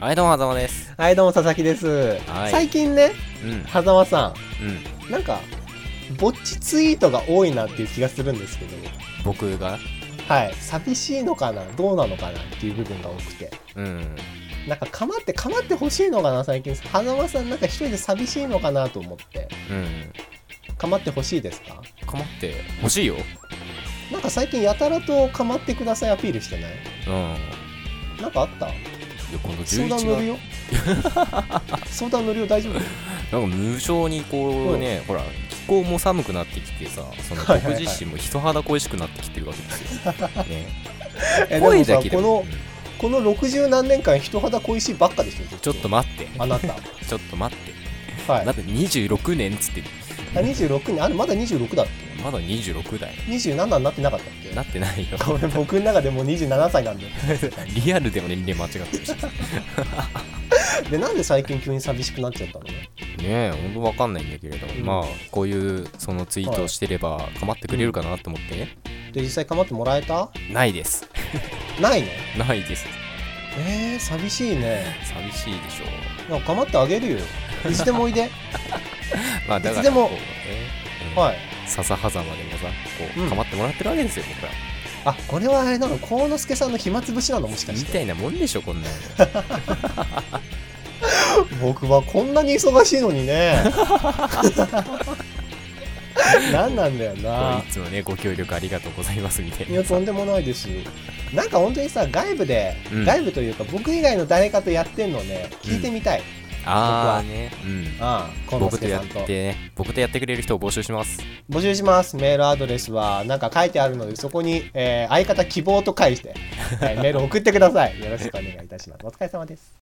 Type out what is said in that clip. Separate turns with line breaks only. はいどうもはざまです
はい、どうも、佐々木です。
はい
最近ね、
うんうん
狭間さん、なんか、ぼっちツイートが多いなっていう気がするんですけど、
僕が
はい、寂しいのかな、どうなのかなっていう部分が多くて、
うん
なんか、かまって、かまってほしいのかな、最近、狭間さん、なんか一人で寂しいのかなと思って、
うん
かまってほしいですか
かまって欲しいよ
なんか最近、やたらとかまってくださいアピールしてない
うんい
なんかあった
やこの
相談乗る
11
よ相談乗るよ、 大丈夫
月なんか無性にこうねほら気候も寒くなってきてさその
はいはいはい
僕自身も人肌恋しくなってきてるわけです よ、ね、
え
声
で
だ
も
けで
さ、こ
も
の、この60何年間、人肌恋しいばっかでしょ、ず
ちょっと待って
あなた。
ちょっと待って
はい
だ。って26年っつって
あ26にあれまだ26だっけ
まだ26代
27になってなかったっけ
なってないよ
ごめん僕の中でもう27歳なんで
リアルでも年齢間違ってるしね
でなんで最近急に寂しくなっちゃったのね
えほんとわかんないんだけれど、
うん
まあこういうそのツイートをしてれば構ってくれるかなと思ってね、
で実際構ってもらえた
ないです
ないの
ないです
えー、寂しいね
寂しいでしょ
なんか構ってあげるよいつでもおいで
うまあだから
いつでも
こうねうん
はい
笹狭間でもさこ
う
うん構ってもらってるわけですよ僕ら
あこれはあれなの幸之助さんの暇つぶしなのもしか
み
して
たいなもんでしょこんなの
僕はこんなに忙しいのに ね何なんだよない
つもねご協力ありがとうございますみたい
い
な
や
さ
とんでもないですなんか本当にさ外部で、
うん
外部というか僕以外の誰かとやってんのね聞いてみたい、
ああねうん
ああ、コン
僕
ス
と
ケ
や
さ
っ
ん
て
と。
ね僕とやってくれる人を募集します
募集します。メールアドレスは、なんか書いてあるので、そこに、えー相方希望と返して、えーメール送ってください。よろしくお願いいたします。お疲れ様です。